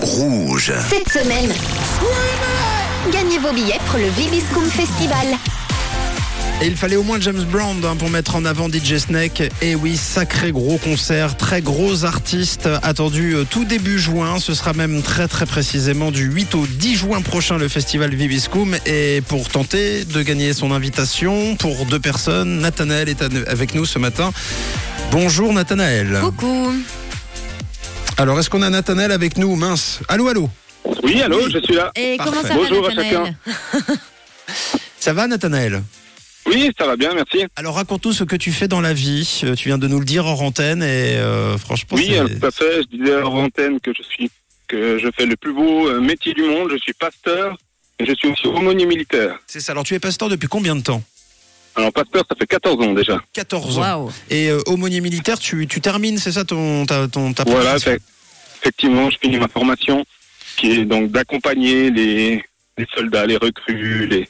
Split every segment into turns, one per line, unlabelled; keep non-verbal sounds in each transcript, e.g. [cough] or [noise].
Rouge.
Cette semaine, gagnez vos billets pour le Viviscum Festival.
Et il fallait au moins James Brown hein, pour mettre en avant DJ Snake. Et oui, sacré gros concert, très gros artiste attendu euh, tout début juin. Ce sera même très très précisément du 8 au 10 juin prochain le festival Viviscum. Et pour tenter de gagner son invitation pour deux personnes, Nathanaël est ane- avec nous ce matin. Bonjour Nathanaël.
Coucou.
Alors est-ce qu'on a Nathanaël avec nous Mince. Allô, allô.
Oui, allô, je suis là.
Et
Parfait.
comment ça
Bonjour
va,
à
Nathanaël
Ça va Nathanaël
Oui, ça va bien, merci.
Alors raconte-nous ce que tu fais dans la vie. Euh, Tu viens de nous le dire hors antenne et euh, franchement,
Oui,
c'est-
euh, tout à fait. Je disais en antenne que je suis que je fais le plus beau euh, métier du monde. Je suis pasteur et je suis aussi aumônier militaire.
c'est ça. Alors tu es pasteur depuis combien de temps
Alors pasteur, ça fait 14 ans déjà.
Ah, 14 ans.
Waouh
Et euh, aumônier militaire, tu, tu termines, c'est ça ton, ta, ton, ta
Voilà,
profession
fait- effectivement, je finis ma formation qui est donc d'accompagner les, les soldats, les recrues, les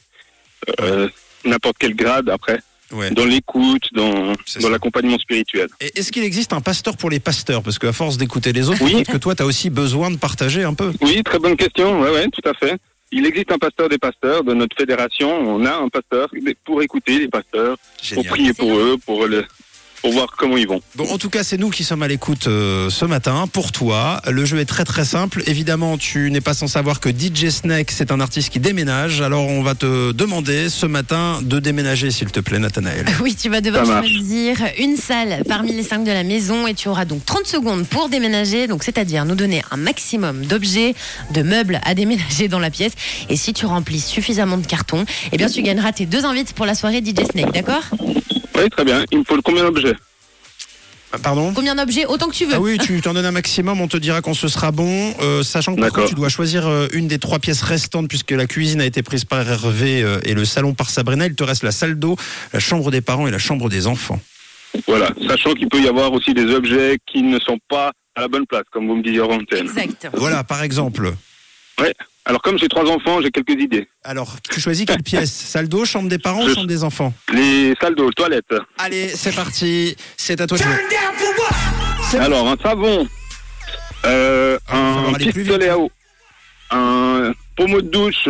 euh, n'importe quel grade après,
Ouais.
dans l'écoute, dans,
C'est
dans
ça.
l'accompagnement spirituel.
Et Est-ce qu'il existe un pasteur pour les pasteurs Parce qu'à force d'écouter les autres,
Oui.
peut-être que toi, tu as aussi besoin de partager un peu.
Oui, très bonne question. Ouais, ouais, tout à fait. Il existe un pasteur des pasteurs de notre fédération. On a un pasteur pour écouter les pasteurs, pour prier pour eux, pour le, pour voir comment ils vont.
Bon, en tout cas, c'est nous qui sommes à l'écoute euh, ce matin pour toi. Le jeu est très très simple. Évidemment, tu n'es pas sans savoir que DJ Snake, c'est un artiste qui déménage. Alors, on va te demander ce matin de déménager, s'il te plaît, Nathanaël.
[laughs] Oui, tu vas devoir
Ça marche.
choisir une salle parmi les cinq de la maison et tu auras donc 30 secondes pour déménager, donc c'est-à-dire nous donner un maximum d'objets, de meubles à déménager dans la pièce. Et si tu remplis suffisamment de cartons, eh bien tu gagneras tes deux invites pour la soirée DJ Snake, d'accord
Oui, très bien. Il me faut combien d'objets
Ah, Pardon
Combien d'objets Autant que tu veux.
Ah oui, tu t'en donnes un maximum, on te dira quand ce sera bon, euh, sachant que par
D'accord.
contre, tu dois choisir euh, une des trois pièces restantes puisque la cuisine a été prise par Hervé euh, et le salon par Sabrina. Il te reste la salle d'eau, la chambre des parents et la chambre des enfants.
Voilà. Sachant qu'il peut y avoir aussi des objets qui ne sont pas à la bonne place, comme vous me disiez en antenne.
Exact.
Voilà, par exemple.
Alors, comme j'ai trois enfants, j'ai quelques idées.
Alors, tu choisis quelle pièce Salle d'eau, chambre des parents ou
Je-
chambre des enfants
Les salles d'eau, toilettes.
Allez, c'est parti, c'est à toi de jouer.
Alors, un savon, euh,
va
un
falloir aller plus hein.
pistolet à eau, un pommeau de douche,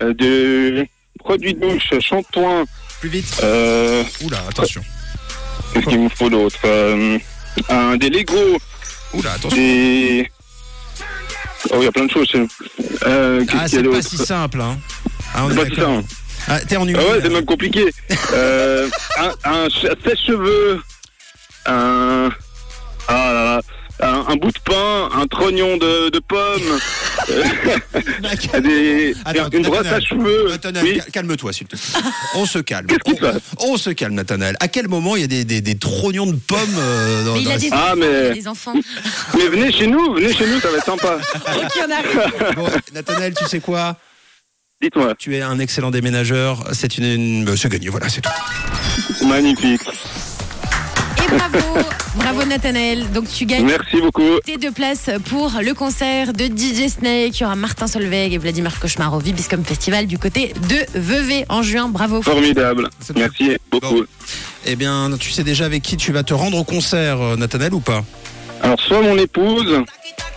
euh, des produits de douche, shampoing,
Plus vite.
euh,
Oula, attention.
Qu'est-ce qu'il me faut d'autre Euh, un, Des Lego,
Oula, attention.
des... Oh, il y a plein de choses. Euh, Qu'est-ce
Ah,
qu'il y a
c'est pas
d'autre
si simple, hein. Ah, on est
C'est pas si
d'accord.
simple.
Ah, t'es en
Ah ouais, c'est
humide.
même compliqué. euh, un un ch- sèche-cheveux, un... Ah là là. Un, un bout de pain, un trognon de, de pomme,
[laughs] D'accord.
des,
Attends,
une brosse à
Nathanaël,
cheveux.
Nathanaël,
Oui.
cal- calme-toi, s'il te plaît. On se calme.
Qu'est-ce qui se passe
on, on se calme, Nathanaël. À quel moment il y a des, des, des trognons de pommes euh, dans,
Mais il
dans
a
la-
des,
Ah,
enfants,
mais-
il a des enfants.
Mais venez chez nous, venez chez nous, ça va être sympa.
Ok, on arrive.
Bon, Nathanaël, tu sais quoi
Dites-moi,
Tu es un excellent déménageur. C'est une, une- c'est gagné. Voilà, c'est tout.
magnifique.
Et bravo, bravo Nathanaël. Donc tu gagnes
Merci beaucoup.
Tes deux places pour le concert de DJ Snake. Il y aura Martin Solveig et Vladimir Cauchemar au Vibiscom Festival du côté de Vevey en juin. Bravo.
Formidable.
C'est
Merci beaucoup.
Eh bien, tu sais déjà avec qui tu vas te rendre au concert, euh, Nathanaël, ou pas
Alors, soit mon épouse,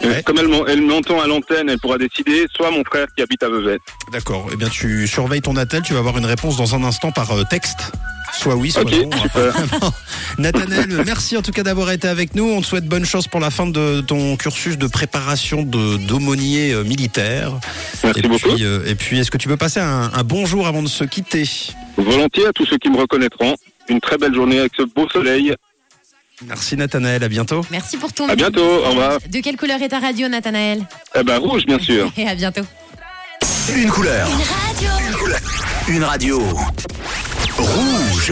euh,
Ouais.
comme elle, m'en- elle m'entend à l'antenne, elle pourra décider, soit mon frère qui habite à Vevey.
D'accord. Eh bien, tu surveilles ton attel. Tu vas avoir une réponse dans un instant par euh, texte. Soit oui, soit
Ok,
[laughs] non. Vraiment. Nathanaël, merci en tout cas d'avoir été avec nous. On te souhaite bonne chance pour la fin de ton cursus de préparation de- d'aumônier euh, militaire.
Merci
et,
beaucoup.
puis, euh, et puis, est-ce que tu peux passer un, un bon jour avant de se quitter
Volontiers à tous ceux qui me reconnaîtront. Une très belle journée avec ce beau soleil.
Merci Nathanaël, à bientôt.
Merci pour ton.
À bientôt, au revoir.
De quelle couleur est ta radio, Nathanaël
Eh ben, rouge, bien sûr.
Et à bientôt.
Une couleur. Une radio. Une radio. Rouge.